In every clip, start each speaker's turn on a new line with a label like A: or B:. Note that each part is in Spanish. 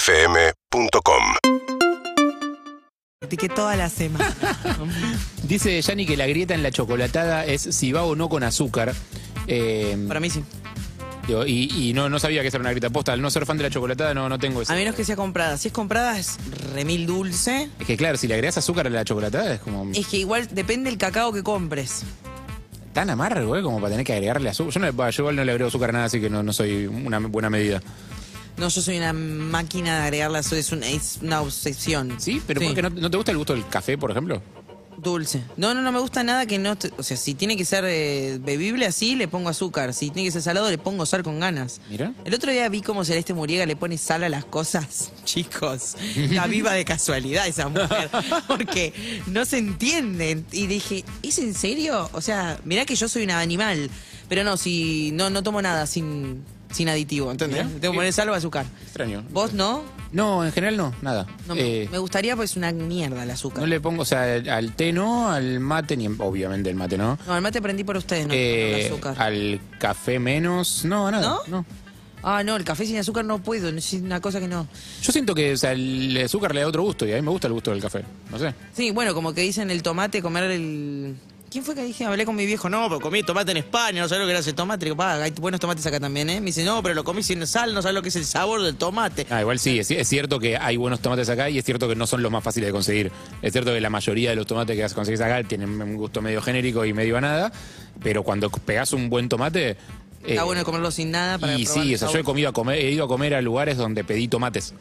A: UrbanaPlayFM.com
B: Practiqué toda la semana.
C: Dice Yanni que la grieta en la chocolatada es si va o no con azúcar. Eh,
B: Para mí sí.
C: digo, y y no, no sabía que esa era una grieta posta. Al no ser fan de la chocolatada no, no tengo eso.
B: A menos que sea comprada. Si es comprada es remil dulce.
C: Es que claro, si le agregas azúcar a la chocolatada es como
B: Es que igual depende el cacao que compres.
C: tan amargo, ¿eh? Como para tener que agregarle azúcar. Yo, no, le- bah, yo igual no le agrego azúcar a nada, así que no, no soy una buena medida.
B: No, yo soy una máquina de agregarla, es una, es una obsesión.
C: ¿Sí? ¿Pero por qué no, no te gusta el gusto del café, por ejemplo?
B: Dulce. No, no, no me gusta nada que no... te- o sea, si tiene que ser eh, bebible así, le pongo azúcar. Si tiene que ser salado, le pongo sal con ganas.
C: Mira.
B: El otro día vi cómo Celeste Muriega le pone sal a las cosas. Chicos, la viva de casualidad esa mujer. Porque no se entienden. Y dije, ¿es en serio? O sea, mirá que yo soy un animal. Pero no, si no, no tomo nada sin, sin aditivo, ¿entendés?
C: Mirá.
B: Tengo que poner sal o azúcar.
C: Extraño.
B: ¿Vos no?
C: No, en general no, nada.
B: No,
C: Eh,
B: me gustaría pues una mierda el azúcar.
C: no le pongo, o sea, al té no, al mate, ni en- obviamente el mate no.
B: No, el mate prendí por ustedes, no,
C: Eh,
B: no el azúcar.
C: al café menos, no, nada.
B: ¿No?
C: no.
B: Ah, no, el café sin azúcar no puedo, es una cosa que no.
C: Yo siento que o sea, el azúcar le da otro gusto y a mí me gusta el gusto del café. No sé.
B: Sí, bueno, como que dicen el tomate, comer el... ¿Quién fue que dije? Hablé con mi viejo, no, pero comí tomate en España, no sabes lo que era ese tomate. Digo, "Pa, hay buenos tomates acá también, ¿eh? Me dice, no, pero lo comí sin sal, no sabes lo que es el sabor del tomate.
C: Ah, igual sí, es, es cierto que hay buenos tomates acá y es cierto que no son los más fáciles de conseguir. Es cierto que la mayoría de los tomates que conseguís acá tienen un gusto medio genérico y medio a nada, pero cuando pegás un buen tomate.
B: Está
C: eh,
B: bueno comerlo sin nada para
C: Y
B: probar
C: sí,
B: el
C: o sea, yo
B: sabor.
C: he, comido a comer, he ido a comer a lugares donde pedí tomates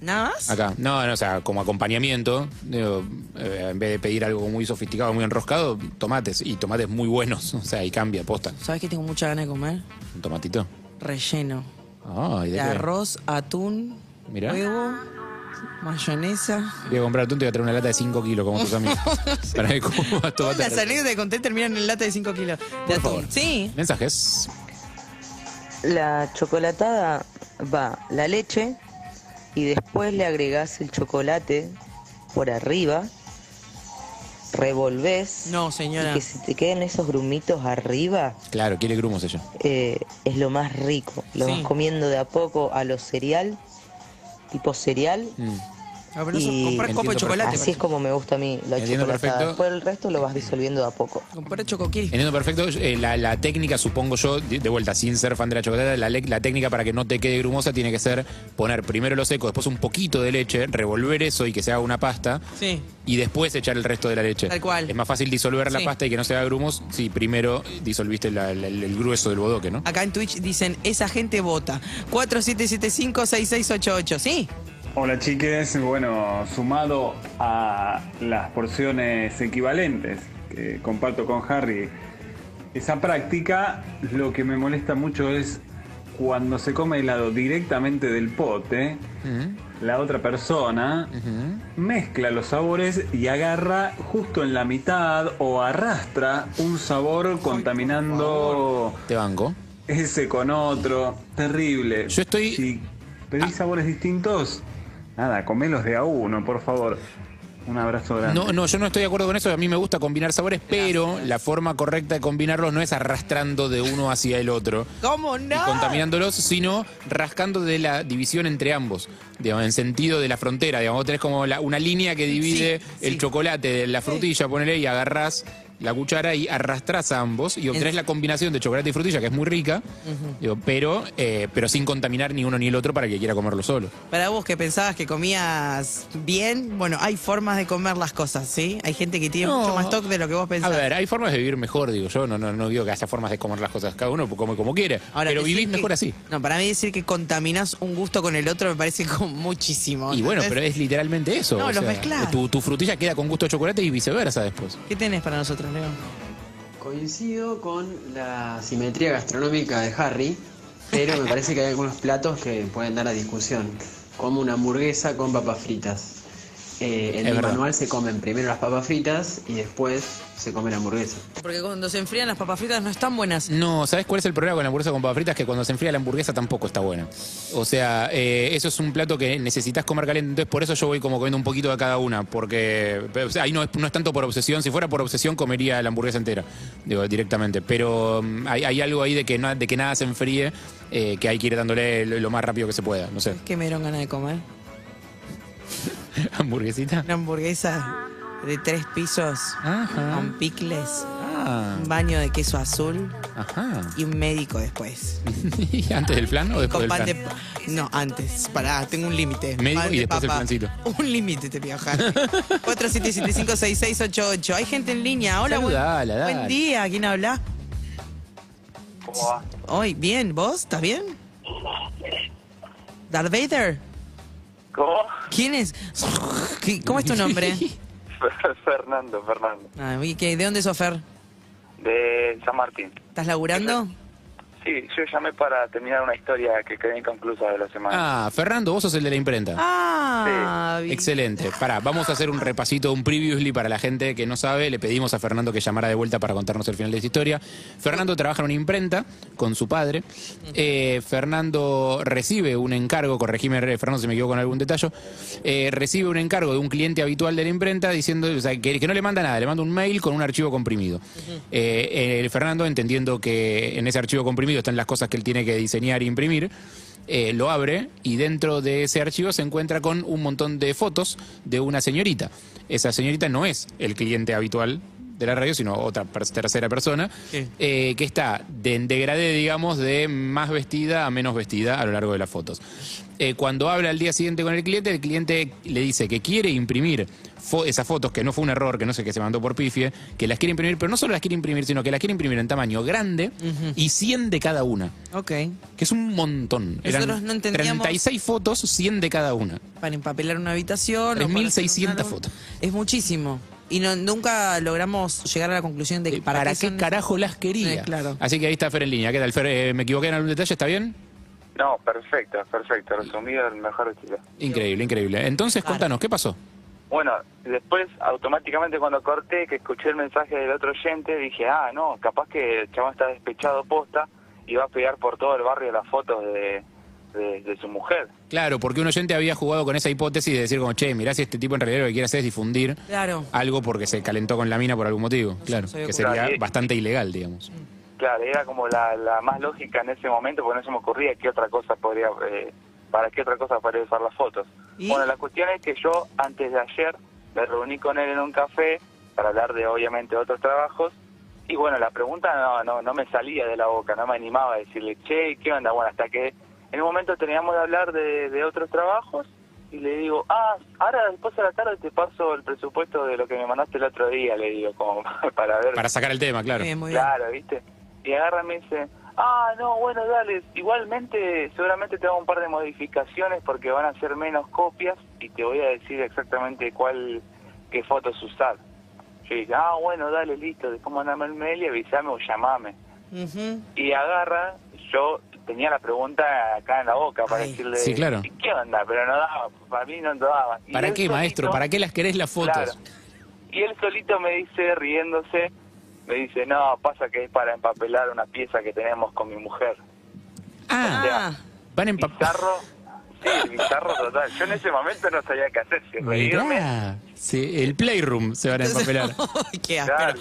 B: ¿Nada más?
C: acá. No, no, o sea, como acompañamiento, digo, eh, en vez de pedir algo muy sofisticado, muy enroscado, tomates. Y tomates muy buenos, o sea, y cambia, posta.
B: ¿Sabes que tengo mucha ganas de comer?
C: Un tomatito.
B: Relleno.
C: Ay,
B: De
C: ¿de qué?
B: arroz, atún,
C: Mirá.
B: huevo, mayonesa.
C: Voy a comprar atún, te voy a traer una lata de 5 kilos como tus amigos. Para que comas
B: Todas las
C: tomate.
B: anécdotas que conté terminan en lata de 5 kilos. De
C: Por
B: atún.
C: favor.
B: Sí.
C: Mensajes.
D: La chocolatada va la leche y después le agregás el chocolate por arriba, revolvés
B: No,
D: y
B: señora.
D: que se te queden esos grumitos arriba,
C: Claro, quiere grumos ella.
D: eh, es lo más rico. Lo
B: Sí.
D: vas comiendo de a poco a los cereal, tipo cereal.
C: Mm.
B: Apenas
D: Y-
B: comprar copo de
C: Entiendo
B: chocolate.
D: Así es como me gusta a mí la
C: Entiendo
D: chocolatada.
C: perfecto.
D: Después el resto lo vas disolviendo de a poco.
B: Comprar chocoquil.
C: Entiendo perfecto. eh, la, la técnica, supongo yo, de de vuelta, sin ser fan de la chocolatada, la, le- la técnica para que no te quede grumosa tiene que ser poner primero lo seco, después un poquito de leche, revolver eso y que se haga una pasta.
B: Sí.
C: Y después echar el resto de la leche.
B: Tal cual.
C: Es más fácil disolver la
B: Sí.
C: pasta y que no se haga grumos si primero disolviste la- la- el, el grueso del bodoque, ¿no?
B: Acá en Twitch dicen, esa gente vota. 4775-6688. Sí.
E: Hola chiques, bueno, sumado a las porciones equivalentes que comparto con Harry, esa práctica lo que me molesta mucho es cuando se come helado directamente del pote, la otra persona mezcla los sabores y agarra justo en la mitad o arrastra un sabor contaminando
C: Te banco.
E: ese con otro. Terrible.
C: Yo estoy-
E: Si pedís sabores distintos, nada, comelos de a uno, por favor. Un abrazo grande.
C: No, no, yo no estoy de acuerdo con eso. A mí me gusta combinar sabores, pero la forma correcta de combinarlos no es arrastrando de uno hacia el otro
B: ¿Cómo
C: y
B: no?
C: contaminándolos, sino rascando de la división entre ambos, digamos, en sentido de la frontera. Digamos, vos tenés como la- una línea que divide
B: Sí,
C: el
B: sí.
C: chocolate de la frutilla, ponele, y agarrás la cuchara y arrastrás a ambos y obtenés
B: En-
C: la combinación de chocolate y frutilla, que es muy rica, digo, pero, eh, pero sin contaminar ni uno ni el otro para que quiera comerlo solo.
B: Para vos que pensabas que comías bien, bueno, hay formas de comer las cosas, ¿sí? Hay gente que tiene
C: No.
B: mucho más toque de lo que vos
C: A
B: pensás.
C: ver, hay formas de vivir mejor, digo yo. No, no, no digo que haya formas de comer las cosas. Cada uno come como quiere. pero
B: decir
C: vivís
B: que-
C: mejor así.
B: No, para mí decir que contaminás un gusto con el otro me parece como muchísimo.
C: Y bueno, pero
B: ¿entendés?
C: es literalmente eso.
B: No,
C: o
B: los
C: sea,
B: mezclás.
C: Tu, tu frutilla queda con gusto de chocolate y viceversa después.
B: ¿Qué tenés para nosotros, Leo?
F: Coincido con la simetría gastronómica de Harry, pero me parece que hay algunos platos que pueden dar a discusión, como una hamburguesa con papas fritas. eh, en
C: Es
F: mi
C: verdad.
F: manual se comen primero las papas fritas y después se come la hamburguesa.
B: Porque cuando se enfrían las papas fritas no están buenas.
C: No, ¿sabes cuál es el problema con la hamburguesa con papas fritas? Que cuando se enfría la hamburguesa tampoco está buena. O sea, eh, eso es un plato que necesitas comer caliente. Entonces, por eso yo voy como comiendo un poquito de cada una. Porque o sea, ahí no es, no es tanto por obsesión. Si fuera por obsesión, comería la hamburguesa entera. Digo, directamente. Pero mm, hay, hay algo ahí de que, no- de que nada se enfríe, eh, que hay que ir dándole lo, lo más rápido que se pueda. No sé.
B: ¿Qué me dieron ganas de comer?
C: ¿Hamburguesita?
B: Una hamburguesa de tres pisos
C: Ajá.
B: con picles,
C: Ah,
B: un baño de queso azul
C: ajá.
B: y un médico después.
C: ¿Antes del plan o
B: Con
C: después del
B: pan
C: plan?
B: de... No, antes. Pará, tengo un límite.
C: Médico
B: Pan
C: y
B: de
C: después el
B: papa.
C: plancito.
B: Un límite te voy a dejar. 47756688. Hay gente en línea. Hola, buen,
C: Saludala, dale.
B: buen día. ¿Quién habla?
G: ¿Cómo va?
B: Hoy, bien. ¿Vos? ¿Estás bien? Darth Vader.
G: ¿Cómo?
B: ¿Quién es? ¿Qué- ¿Cómo es tu nombre?
G: Fernando, Fernando.
B: Ah, ¿y qué? ¿De dónde sos, Fer?
G: De San Martín.
B: ¿Estás laburando?
G: Sí, yo llamé para terminar una historia que quedé inconclusa de la semana.
C: Ah, Fernando, vos sos el de la imprenta.
B: Ah, vi-
C: Excelente. Pará, vamos a hacer un repasito, un previously para la gente que no sabe. Le pedimos a Fernando que llamara de vuelta para contarnos el final de esta historia. Fernando trabaja en una imprenta con su padre. Eh, Fernando recibe un encargo, corregime, eh, Fernando, si me equivoco en algún detalle. Eh, recibe un encargo de un cliente habitual de la imprenta diciendo o sea, que, que no le manda nada, le manda un mail con un archivo comprimido. Eh, eh, Fernando, entendiendo que en ese archivo comprimido están las cosas que él tiene que diseñar e imprimir, eh, lo abre y dentro de ese archivo se encuentra con un montón de fotos de una señorita. Esa señorita no es el cliente habitual de la radio, sino otra per- tercera persona,
B: Sí.
C: eh, que está de, en degradé, digamos, de más vestida a menos vestida a lo largo de las fotos. Eh, cuando habla al día siguiente con el cliente, el cliente le dice que quiere imprimir fo- esas fotos, que no fue un error, que no sé qué se mandó por pifie, que las quiere imprimir, pero no solo las quiere imprimir, sino que las quiere imprimir en tamaño grande y 100 de cada una
B: Ok.
C: que es un montón.
B: Nosotros no entendíamos-
C: 36 fotos, 100 de cada una.
B: Para empapelar una habitación. o para
C: 3.600
B: hacer un álbum.
C: fotos.
B: Es muchísimo. Y no, nunca logramos llegar a la conclusión de
C: Eh, ¿Para, qué,
B: son-
C: carajo las quería?
B: Eh, claro.
C: Así que ahí está Fer en línea. ¿Qué tal, Fer? Eh, ¿Me equivoqué en algún detalle? ¿Está bien?
G: No, perfecto, perfecto. Resumido el mejor estilo.
C: Increíble, increíble. Entonces,
B: Claro.
C: contanos, ¿qué pasó?
G: Bueno, después automáticamente cuando corté, que escuché el mensaje del otro oyente, dije, ah, no, capaz que el chabón está despechado posta y va a pegar por todo el barrio las fotos de, de, de su mujer.
C: Claro, porque un oyente había jugado con esa hipótesis de decir como, che, mirá si este tipo en realidad lo que quiere hacer es difundir
B: Claro.
C: algo porque se calentó con la mina por algún motivo. Claro,
B: sabía
C: que
B: cómo-
C: sería
G: Claro, y-
C: bastante ilegal, digamos.
G: Claro, era como la, la más lógica en ese momento, porque no se me ocurría qué otra cosa podría, eh, para qué otra cosa podría usar las fotos.
B: ¿Y?
G: Bueno, la cuestión es que yo antes de ayer me reuní con él en un café para hablar de obviamente otros trabajos y bueno, la pregunta no, no, no me salía de la boca, no me animaba a decirle, che, ¿qué onda? Bueno, hasta que en un momento teníamos de hablar de, de otros trabajos y le digo, ah, ahora después de la tarde te paso el presupuesto de lo que me mandaste el otro día, le digo, como para ver
C: Para sacar el tema, claro.
B: Muy bien, muy bien.
G: Claro, ¿viste? Y agarra y me dice, ah, no, bueno, dale, igualmente seguramente te hago un par de modificaciones porque van a ser menos copias y te voy a decir exactamente cuál, qué fotos usar. Yo dije, ah, bueno, dale, listo, después mandame el mail y avísame o llamame.
B: Ujú.
G: Y agarra, yo tenía la pregunta acá en la boca para
B: Ay.
G: decirle,
C: Sí, claro.
G: "¿Y ¿qué onda? Pero no daba, para mí no daba. Y
C: ¿Para
G: él
C: qué, maestro?
G: solito-
C: ¿Para qué las querés las fotos?
G: Claro. Y él solito me dice, riéndose, me dice, no, pasa que es para empapelar una pieza que tenemos con mi mujer.
C: Ah,
B: Ah,
C: van en
G: Bizarro, sí, bizarro total. Yo en ese momento no sabía qué hacer, si reírme.
C: Mirá, se- el playroom se van a empapelar.
B: qué áspero.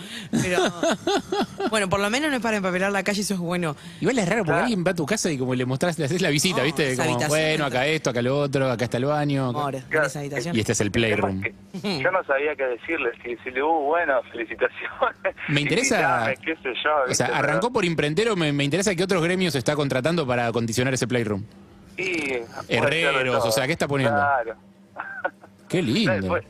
B: Pero, bueno, por lo menos no es para empapelar la calle, eso es bueno.
C: Igual es raro porque
G: Claro.
C: alguien va a tu casa y como le mostrás, le haces la visita,
B: No,
C: ¿viste?
B: Ah, esa
C: Como,
B: habitación está-
C: bueno, acá esto, acá lo otro, acá está el baño. acá-
B: Amor, en
G: Claro.
B: esa habitación.
C: Y este es el
G: El tema
C: playroom.
G: es
C: Mm.
G: que Yo no sabía qué decirle, si decirle, uh, bueno, felicitaciones.
C: Me interesa.
G: Invítame, qué sé yo,
C: O sea,
G: ¿viste?
C: arrancó por imprentero, me, me interesa que otros gremios se está contratando para acondicionar ese playroom.
G: Pero- Sí, puede ser de
C: Herreros,
G: todo.
C: o sea, ¿qué está poniendo?
G: Claro.
C: Qué lindo.
G: Fue,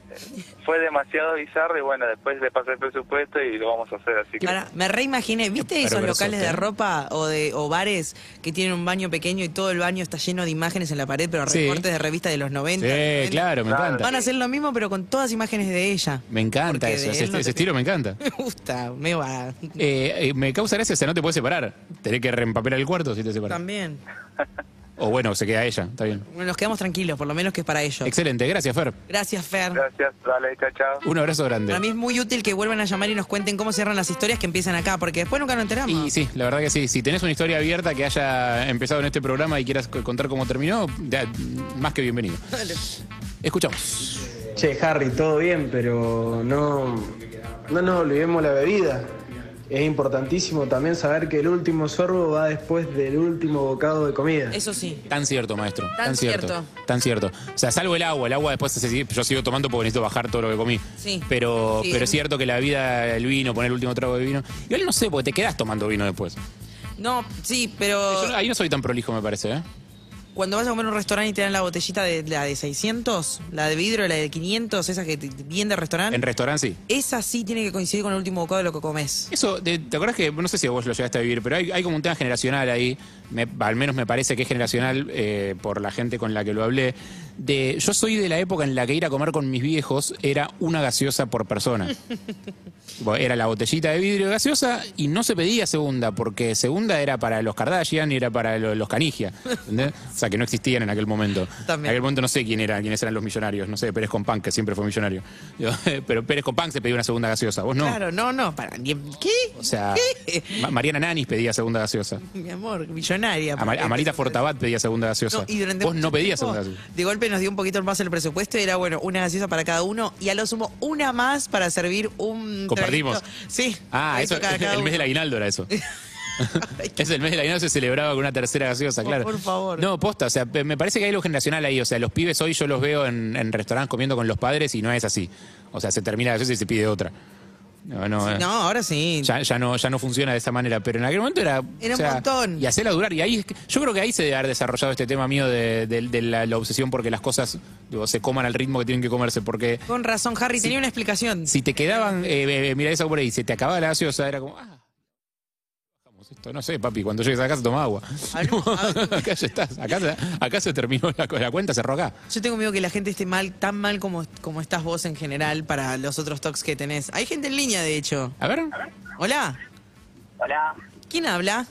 G: fue demasiado bizarro y bueno, después le pasé el presupuesto y lo vamos a hacer así. que...
B: Ahora, me reimaginé, ¿viste
C: Qué
B: esos
C: perverso,
B: locales
C: ¿eh?
B: de ropa o de o bares que tienen un baño pequeño y todo el baño está lleno de imágenes en la pared, pero
C: Sí.
B: recortes de revistas de los 90?
C: Sí,
B: 90?
C: claro, me
G: Claro.
C: encanta.
B: Van a hacer lo mismo, pero con todas imágenes de ella.
C: Me encanta
B: Porque
C: eso,
B: de
C: ese,
B: él no
C: ese
B: te-
C: estilo me encanta.
B: Me gusta, me va.
C: Eh, eh, me causa gracia, o sea, no te puedes separar. Tenés que reempapelar el cuarto si te separas.
B: También.
C: O bueno, se queda ella, está bien.
B: Bueno, nos quedamos tranquilos, por lo menos que es para ellos.
C: Excelente, gracias, Fer.
B: Gracias, Fer.
G: Gracias, dale, chao, chao.
C: Un abrazo grande.
B: Para mí es muy útil que vuelvan a llamar y nos cuenten cómo cierran las historias que empiezan acá, porque después nunca nos enteramos.
C: Y sí, la verdad que sí. Si tenés una historia abierta que haya empezado en este programa y quieras c- contar cómo terminó, ya, más que bienvenido. Escuchamos.
H: Che, Harry, todo bien, pero no, no nos olvidemos la bebida. Es importantísimo también saber que el último sorbo va después del último bocado de comida.
B: Eso sí.
C: Tan cierto, maestro. Tan,
B: Tan
C: cierto.
B: cierto.
C: Tan cierto. O sea, salvo el agua. El agua después se sigue- yo sigo tomando porque necesito bajar todo lo que comí.
B: Sí.
C: Pero,
B: Sí.
C: pero es cierto que la vida, el vino, poner el último trago de vino. Igual no sé, porque te quedás tomando vino después.
B: No, sí, pero
C: Yo no- ahí no soy tan prolijo, me parece, ¿eh?
B: cuando vas a comer a un restaurante y te dan la botellita de la de 600, la de vidrio, la de 500, esa que te- bien de restaurante,
C: En restaurante sí.
B: esa sí tiene que coincidir con el último bocado de lo que comes.
C: Eso, de- ¿te acuerdas que, no sé si vos lo llegaste a vivir, pero hay, hay como un tema generacional ahí, me- al menos me parece que es generacional eh, por la gente con la que lo hablé, de yo soy de la época en la que ir a comer con mis viejos era una gaseosa por persona. Tipo, era la botellita de vidrio de gaseosa y no se pedía segunda, porque segunda era para los Kardashian y era para lo- los Canigia, ¿entendés? O sea, que no existían en aquel momento.
B: También.
C: En aquel momento no sé quién era, quiénes eran los millonarios, no sé, Pérez Compán, que siempre fue millonario. Digo, Pero Pérez Compán se pedía una segunda gaseosa, vos no.
B: Claro, no, no, para ni- ¿qué?
C: O sea,
B: ¿Qué?
C: Ma- Mariana Nanis pedía segunda gaseosa.
B: Mi amor, millonaria.
C: Ama- Amarita Fortabat pedía segunda gaseosa.
B: este No, y durante
C: Vos
B: mucho
C: no pedías
B: tiempo,
C: segunda gaseosa.
B: De golpe nos dio un poquito más el presupuesto y era, bueno, una gaseosa para cada uno y a lo sumo una más para servir un.
C: Compartimos.
B: traguito. Sí.
C: Ah, eso,
B: cada- cada
C: el mes
B: uno.
C: del aguinaldo era eso. es el mes del aguinaldo se celebraba con una tercera gaseosa,
B: Por-
C: claro.
B: por favor.
C: No, posta, o sea, pe- me parece que hay algo generacional ahí. O sea, los pibes hoy yo los veo en, en restaurantes comiendo con los padres y no es así. O sea, se termina la gaseosa y se pide otra. No, no, eh.
B: No, ahora sí.
C: Ya, ya no, ya no funciona de esa manera, pero en aquel momento era.
B: Era un montón.
C: Y hacerla durar. Y ahí es que- yo creo que ahí se debe haber desarrollado este tema mío de, de- de la, la obsesión porque las cosas digo, se coman al ritmo que tienen que comerse. Porque
B: Con razón, Harry, tenía una explicación.
C: si te quedaban, eh, mira esa por ahí, se te acababa la gaseosa, era como, ah, bajamos esto. No sé, papi, cuando llegues a casa toma agua.
B: Hablemos- hablemos.
C: acá ya estás, acá, se- acá se terminó la, co- la cuenta, cerró acá.
B: Yo tengo miedo que la gente esté mal, tan mal como, como estás vos en general para los otros talks que tenés. Hay gente en línea, de hecho.
C: A ver,
B: Hola,
G: Hola,
B: ¿quién habla?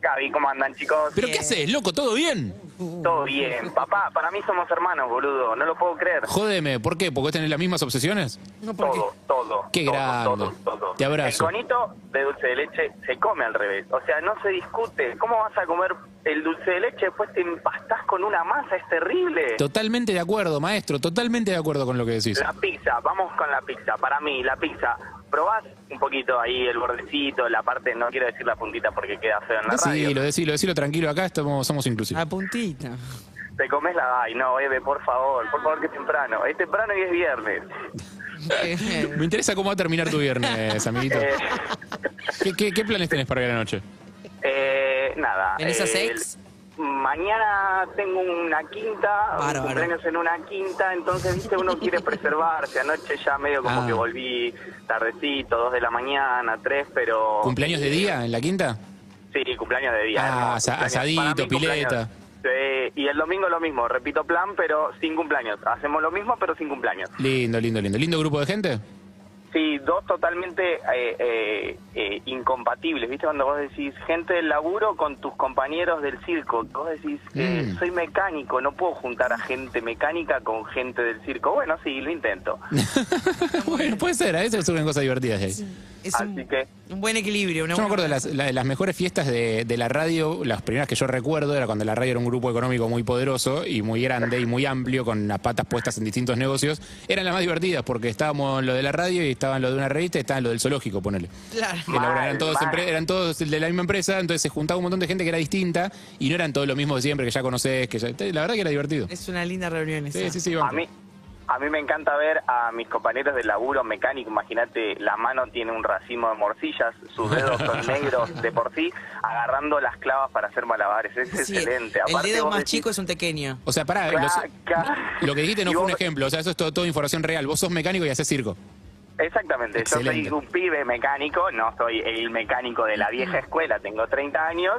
G: Gaby, ¿cómo andan, chicos?
C: ¿pero qué haces, loco? ¿Todo bien?
G: Todo bien. Papá, para mí somos hermanos, boludo. No lo puedo creer.
C: Jódeme, ¿por qué? ¿Porque vos tenés las mismas obsesiones?
B: No, porque
G: Todo, todo.
C: Qué
G: todo,
C: grande.
G: Todo, todo.
C: Te abrazo.
G: El conito de dulce de leche se come al revés. O sea, no se discute. ¿Cómo vas a comer el dulce de leche después te empastás con una masa? Es terrible.
C: Totalmente de acuerdo, maestro, totalmente de acuerdo con lo que decís.
G: La pizza, vamos con la pizza. Para mí, la pizza. Probás un poquito ahí el bordecito, la parte, no quiero decir la puntita porque queda feo en la radio.
C: Decilo, decilo, decilo tranquilo, acá estamos, somos
B: a
C: inclusivos.
B: puntita.
G: Te comes la... Ay, no, Eve, por favor. Por favor, que es temprano. Es temprano y es viernes.
B: Eh,
C: Me interesa cómo va a terminar tu viernes, amiguito.
G: Eh,
C: ¿Qué, qué- qué planes tenés para hoy a la noche?
G: Eh, nada.
B: ¿Venís a
G: eh,
B: sex?
G: Mañana tengo una quinta,
B: Bárbaro.
G: un cumpleaños en una quinta, entonces viste uno quiere preservarse. Anoche ya medio como
C: Ah.
G: que volví tardecito, dos de la mañana, tres, pero
C: ¿Cumpleaños de día en la quinta?
G: sí, cumpleaños de día.
C: Ah,
G: hermoso,
C: asa-
G: cumpleaños.
C: asadito,
G: Para mí,
C: pileta.
G: cumpleaños. Sí, y el domingo lo mismo, repito plan, pero sin cumpleaños. Hacemos lo mismo, pero sin cumpleaños.
C: Lindo, lindo, lindo. ¿Lindo grupo de gente?
G: Sí, dos totalmente eh, eh, eh, incompatibles, ¿viste? Cuando vos decís gente del laburo con tus compañeros del circo, vos decís, eh,
C: Mm.
G: soy mecánico, no puedo juntar a gente mecánica con gente del circo. Bueno, sí, lo intento.
C: bueno, puede ser, a veces surgen cosas divertidas de ahí.
B: es un,
G: Así que-
B: un buen equilibrio. una
C: Yo me acuerdo
B: buena-
C: de las, la- las mejores fiestas de, de la radio, las primeras que yo recuerdo era cuando la radio era un grupo económico muy poderoso y muy grande y muy amplio, con las patas puestas en distintos negocios. Eran las más divertidas porque estábamos en lo de la radio y estaban lo de una revista y estaban lo del zoológico, ponele.
B: Claro.
C: Que la verdad, eran
G: Mal,
C: todos,
G: mal.
C: empre- eran todos de la misma empresa, entonces se juntaba un montón de gente que era distinta y no eran todos lo mismo de siempre, que ya conocés, que ya- la verdad que era divertido.
B: Es una linda reunión esa.
C: Sí, sí, sí,
G: A
C: banco.
G: mí, a mí me encanta ver a mis compañeros del laburo mecánico. Imagínate, la mano tiene un racimo de morcillas, sus dedos son negros de por sí, agarrando las clavas para hacer malabares. Es
B: Sí,
G: excelente.
B: El
G: Aparte,
B: dedo
G: vos
B: más
G: decís,
B: chico es un pequeño.
C: O sea, pará,
G: Ca- ca-
C: los- lo que dijiste no
G: Y
C: fue un
G: vos-
C: ejemplo, o sea, eso es todo, todo información real. Vos sos mecánico y haces circo.
G: Exactamente,
C: Excelente.
G: yo soy un pibe mecánico, no soy el mecánico de la vieja escuela, tengo 30 años,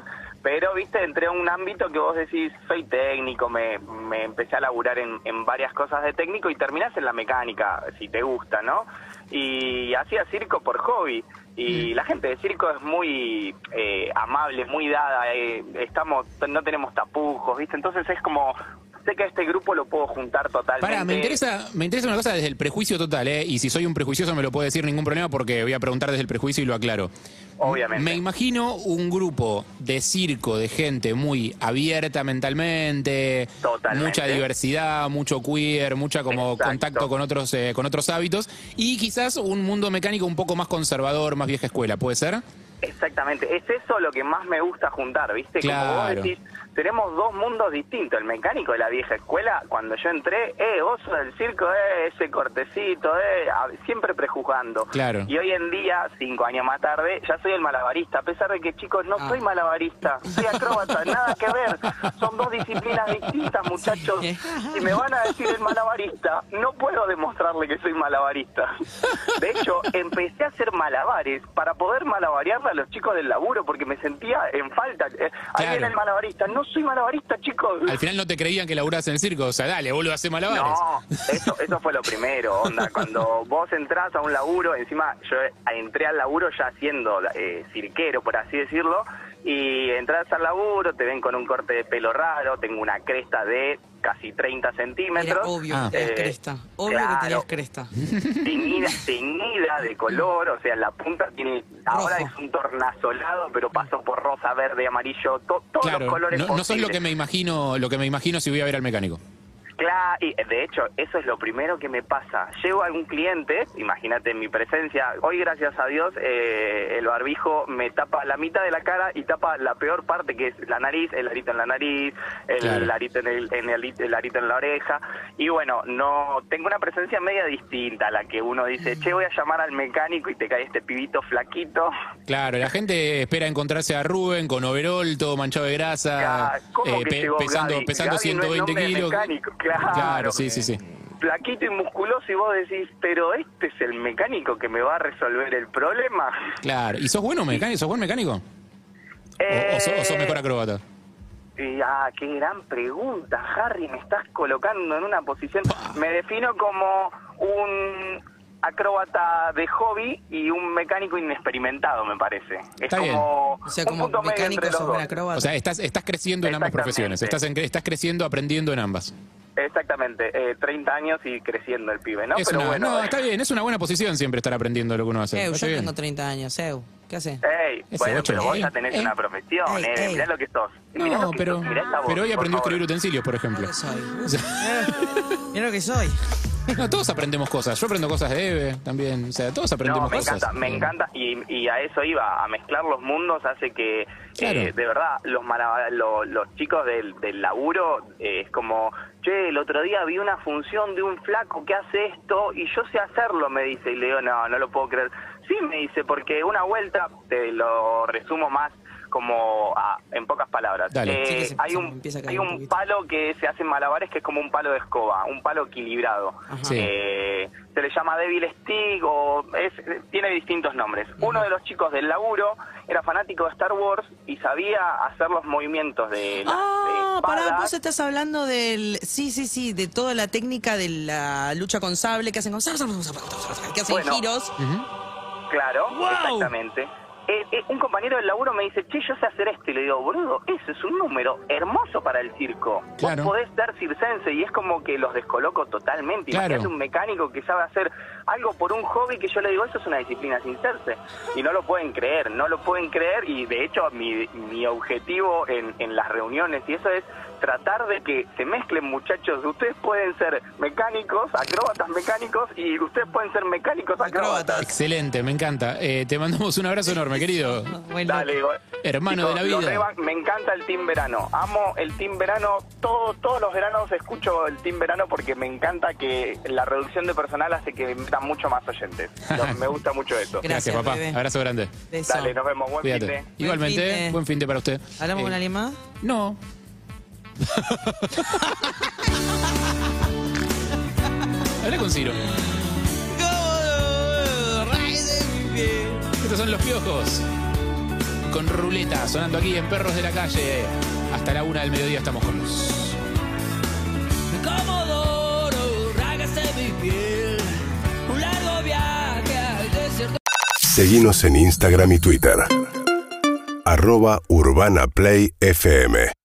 G: Pero, viste, entré a un ámbito que vos decís, soy técnico, me, me empecé a laburar en, en varias cosas de técnico y terminás en la mecánica, si te gusta, ¿no? Y hacía circo por hobby. Y la gente de circo es muy eh, amable, muy dada, eh, estamos no tenemos tapujos, ¿viste? Entonces es como, sé que a este grupo lo puedo juntar totalmente.
C: Pará, me interesa, me interesa una cosa desde el prejuicio total, ¿eh? Y si soy un prejuicioso me lo puede decir ningún problema porque voy a preguntar desde el prejuicio y lo aclaro.
G: Obviamente.
C: Me imagino un grupo de circo de gente muy abierta mentalmente,
G: Totalmente.
C: mucha diversidad, mucho queer, mucha como
G: Exacto.
C: contacto con otros eh, con otros hábitos y quizás un mundo mecánico un poco más conservador, más vieja escuela, ¿puede ser?
G: Exactamente, es eso lo que más me gusta juntar, ¿viste? Como vos
C: Claro.
G: decís, tenemos dos mundos distintos, el mecánico de la vieja escuela, cuando yo entré, eh, vos sos del circo, eh, ese cortecito, eh, a- siempre prejuzgando.
C: Claro.
G: Y hoy en día, cinco años más tarde, ya soy el malabarista, a pesar de que chicos,
C: Ah.
G: no soy malabarista, soy acróbata, nada que ver, son dos disciplinas distintas, muchachos. Si me van a decir el malabarista, no puedo demostrarle que soy malabarista. De hecho, empecé a hacer malabares para poder malabarearle a los chicos del laburo porque me sentía en falta. Eh, Ahí
C: Claro.
G: viene el malabarista. No soy malabarista, chicos.
C: Al final no te creían que laburás en el circo, o sea, dale, vuelvo a hacer malabares.
G: No, eso, eso fue lo primero, onda. Cuando vos entras a un laburo, encima yo entré al laburo ya siendo eh, cirquero, por así decirlo, y entras al laburo, te ven con un corte de pelo raro, tengo una cresta de casi 30 centímetros.
B: Era obvio
C: Ah.
B: que tenías
G: Eh,
B: cresta. Obvio
G: claro.
B: que tenías cresta.
G: teñida, teñida de color, o sea, la punta tiene, ahora
B: Rojo.
G: es un tornasolado, pero pasó por rosa, verde, amarillo, to- todos los
C: Claro,
G: colores
C: no, no sos lo que
G: posibles.
C: me imagino, lo que me imagino si voy a ver al mecánico.
G: Claro, y de hecho, eso es lo primero que me pasa. Llego a algún cliente, imagínate en mi presencia, hoy gracias a Dios eh, el barbijo me tapa la mitad de la cara y tapa la peor parte que es la nariz, el arito en la nariz, el,
C: Claro.
G: arito, en el, en el- el arito en la oreja. Y bueno, no tengo una presencia media distinta a la que uno dice, che, voy a llamar al mecánico y te cae este pibito flaquito.
C: Claro, la gente espera encontrarse a Rubén con overol, todo manchado de grasa,
G: Ah, ¿Cómo
C: eh,
G: que
C: pe-
G: llegó
C: pesando,
G: Gaby?
C: pesando
G: Gaby no es
C: 120
G: nombre de
C: kilos.
G: mecánico, claro.
C: sí, sí, sí.
G: flaquito y musculoso y vos decís, pero este es el mecánico que me va a resolver el problema.
C: Claro. ¿Y sos bueno mecánico? ¿Sos buen mecánico? ¿O, o sos, o
G: Eh,
C: sos mejor acróbata?
G: Y, ah, qué gran pregunta, Harry, me estás colocando en una posición... Me defino como un acróbata de hobby y un mecánico inexperimentado, me parece. Es
C: Está bien.
G: como
B: O sea,
G: un
B: como
G: punto medio
B: mecánico
G: entre los
B: sos un
G: dos.
B: acróbata.
C: O sea, estás, estás creciendo en ambas
G: Exactamente.
C: profesiones, estás, en- estás creciendo, aprendiendo en ambas.
G: Exactamente, eh, 30 años y creciendo el pibe, ¿no?
C: Es
G: pero
C: una-
G: bueno... eh.
C: no, está bien, es una buena posición siempre estar aprendiendo lo que uno hace.
B: Eu,
C: Está
B: Eh, yo
C: bien.
B: tengo 30 años, Eu. ¿Qué haces?
G: Ey,
C: Ese
G: bueno,
C: ocho,
G: pero vos
C: ey,
G: ya tenés
C: ey.
G: una profesión,
B: Ey,
G: eh,
B: ey.
G: mirá lo que sos. Mirá
C: No,
G: lo que
C: pero,
G: sos, mirá esa voz,
C: pero hoy
G: por
C: aprendió a
G: favor.
C: escribir utensilios, por
B: Mira lo
C: ejemplo.
B: que soy. Mira lo que soy.
C: No, todos aprendemos cosas. Yo aprendo cosas de Eve también. O sea, todos aprendemos
G: No, me
C: cosas.
G: encanta, me encanta y, y a eso iba, a mezclar los mundos hace que,
C: Claro.
G: eh, de verdad, los mara- lo- los chicos del, del laburo eh, es como, che, el otro día vi una función de un flaco que hace esto y yo sé hacerlo, me dice, y le digo, no, no lo puedo creer. Sí, me dice, porque una vuelta, te lo resumo más como a- en pocas palabras.
C: Dale.
G: Eh,
B: Sí, que se-
G: hay
B: se
G: un,
B: empieza a caer
G: hay
B: un
G: un
B: poquito.
G: palo que se hace en malabares que es como un palo de escoba, un palo equilibrado.
C: Sí.
G: Eh, se le llama débil stick o es, tiene distintos nombres. Uno de los chicos del laburo era fanático de Star Wars y sabía hacer los movimientos de las
B: Ah, pará,
G: espadas.
B: vos estás hablando del. Sí, sí, sí, de toda la técnica de la lucha con sable que hacen con. que hacen
G: Bueno.
B: giros.
G: Claro,
B: ¡Wow!
G: exactamente. Eh, eh, un compañero del laburo me dice, che, yo sé hacer esto. Y le digo, boludo, ese es un número hermoso para el circo.
C: Claro.
G: Vos podés ser circense y es como que los descoloco totalmente.
C: Claro.
G: Imagínate un mecánico que sabe hacer algo por un hobby que yo le digo, eso es una disciplina circense. Y no lo pueden creer, no lo pueden creer. Y de hecho, mi, mi objetivo en, en las reuniones y eso es tratar de que se mezclen muchachos. Ustedes pueden ser mecánicos, acróbatas mecánicos, y ustedes pueden ser mecánicos acróbatas.
C: Excelente, me encanta. Eh, te mandamos un abrazo enorme, querido.
B: Bueno,
G: Dale, go-
C: Hermano de
G: Chicos,
C: la
G: lo
C: vida.
G: reban- me encanta el Team Verano. Amo el Team Verano. Todo, todos los veranos escucho el Team Verano porque me encanta que la reducción de personal hace que metan mucho más oyentes. Lo- me gusta mucho eso.
C: Gracias,
B: Gracias,
C: papá.
B: bebé.
C: Abrazo grande.
B: beso.
G: Dale, nos vemos. Buen fin
C: Cuídate.
G: de.
C: Igualmente,
B: Buen fin de.
C: buen fin de para usted.
B: ¿Hablamos
C: Eh,
B: con alguien más?
C: No. Hablé con Ciro. Estos son los piojos. con ruleta, sonando aquí en Perros de la Calle. Hasta la una del mediodía estamos con los.
I: Comodoro, ragas de mi piel. Un largo viaje al desierto.
A: Seguimos en Instagram y Twitter. Arroba Urbana Play FM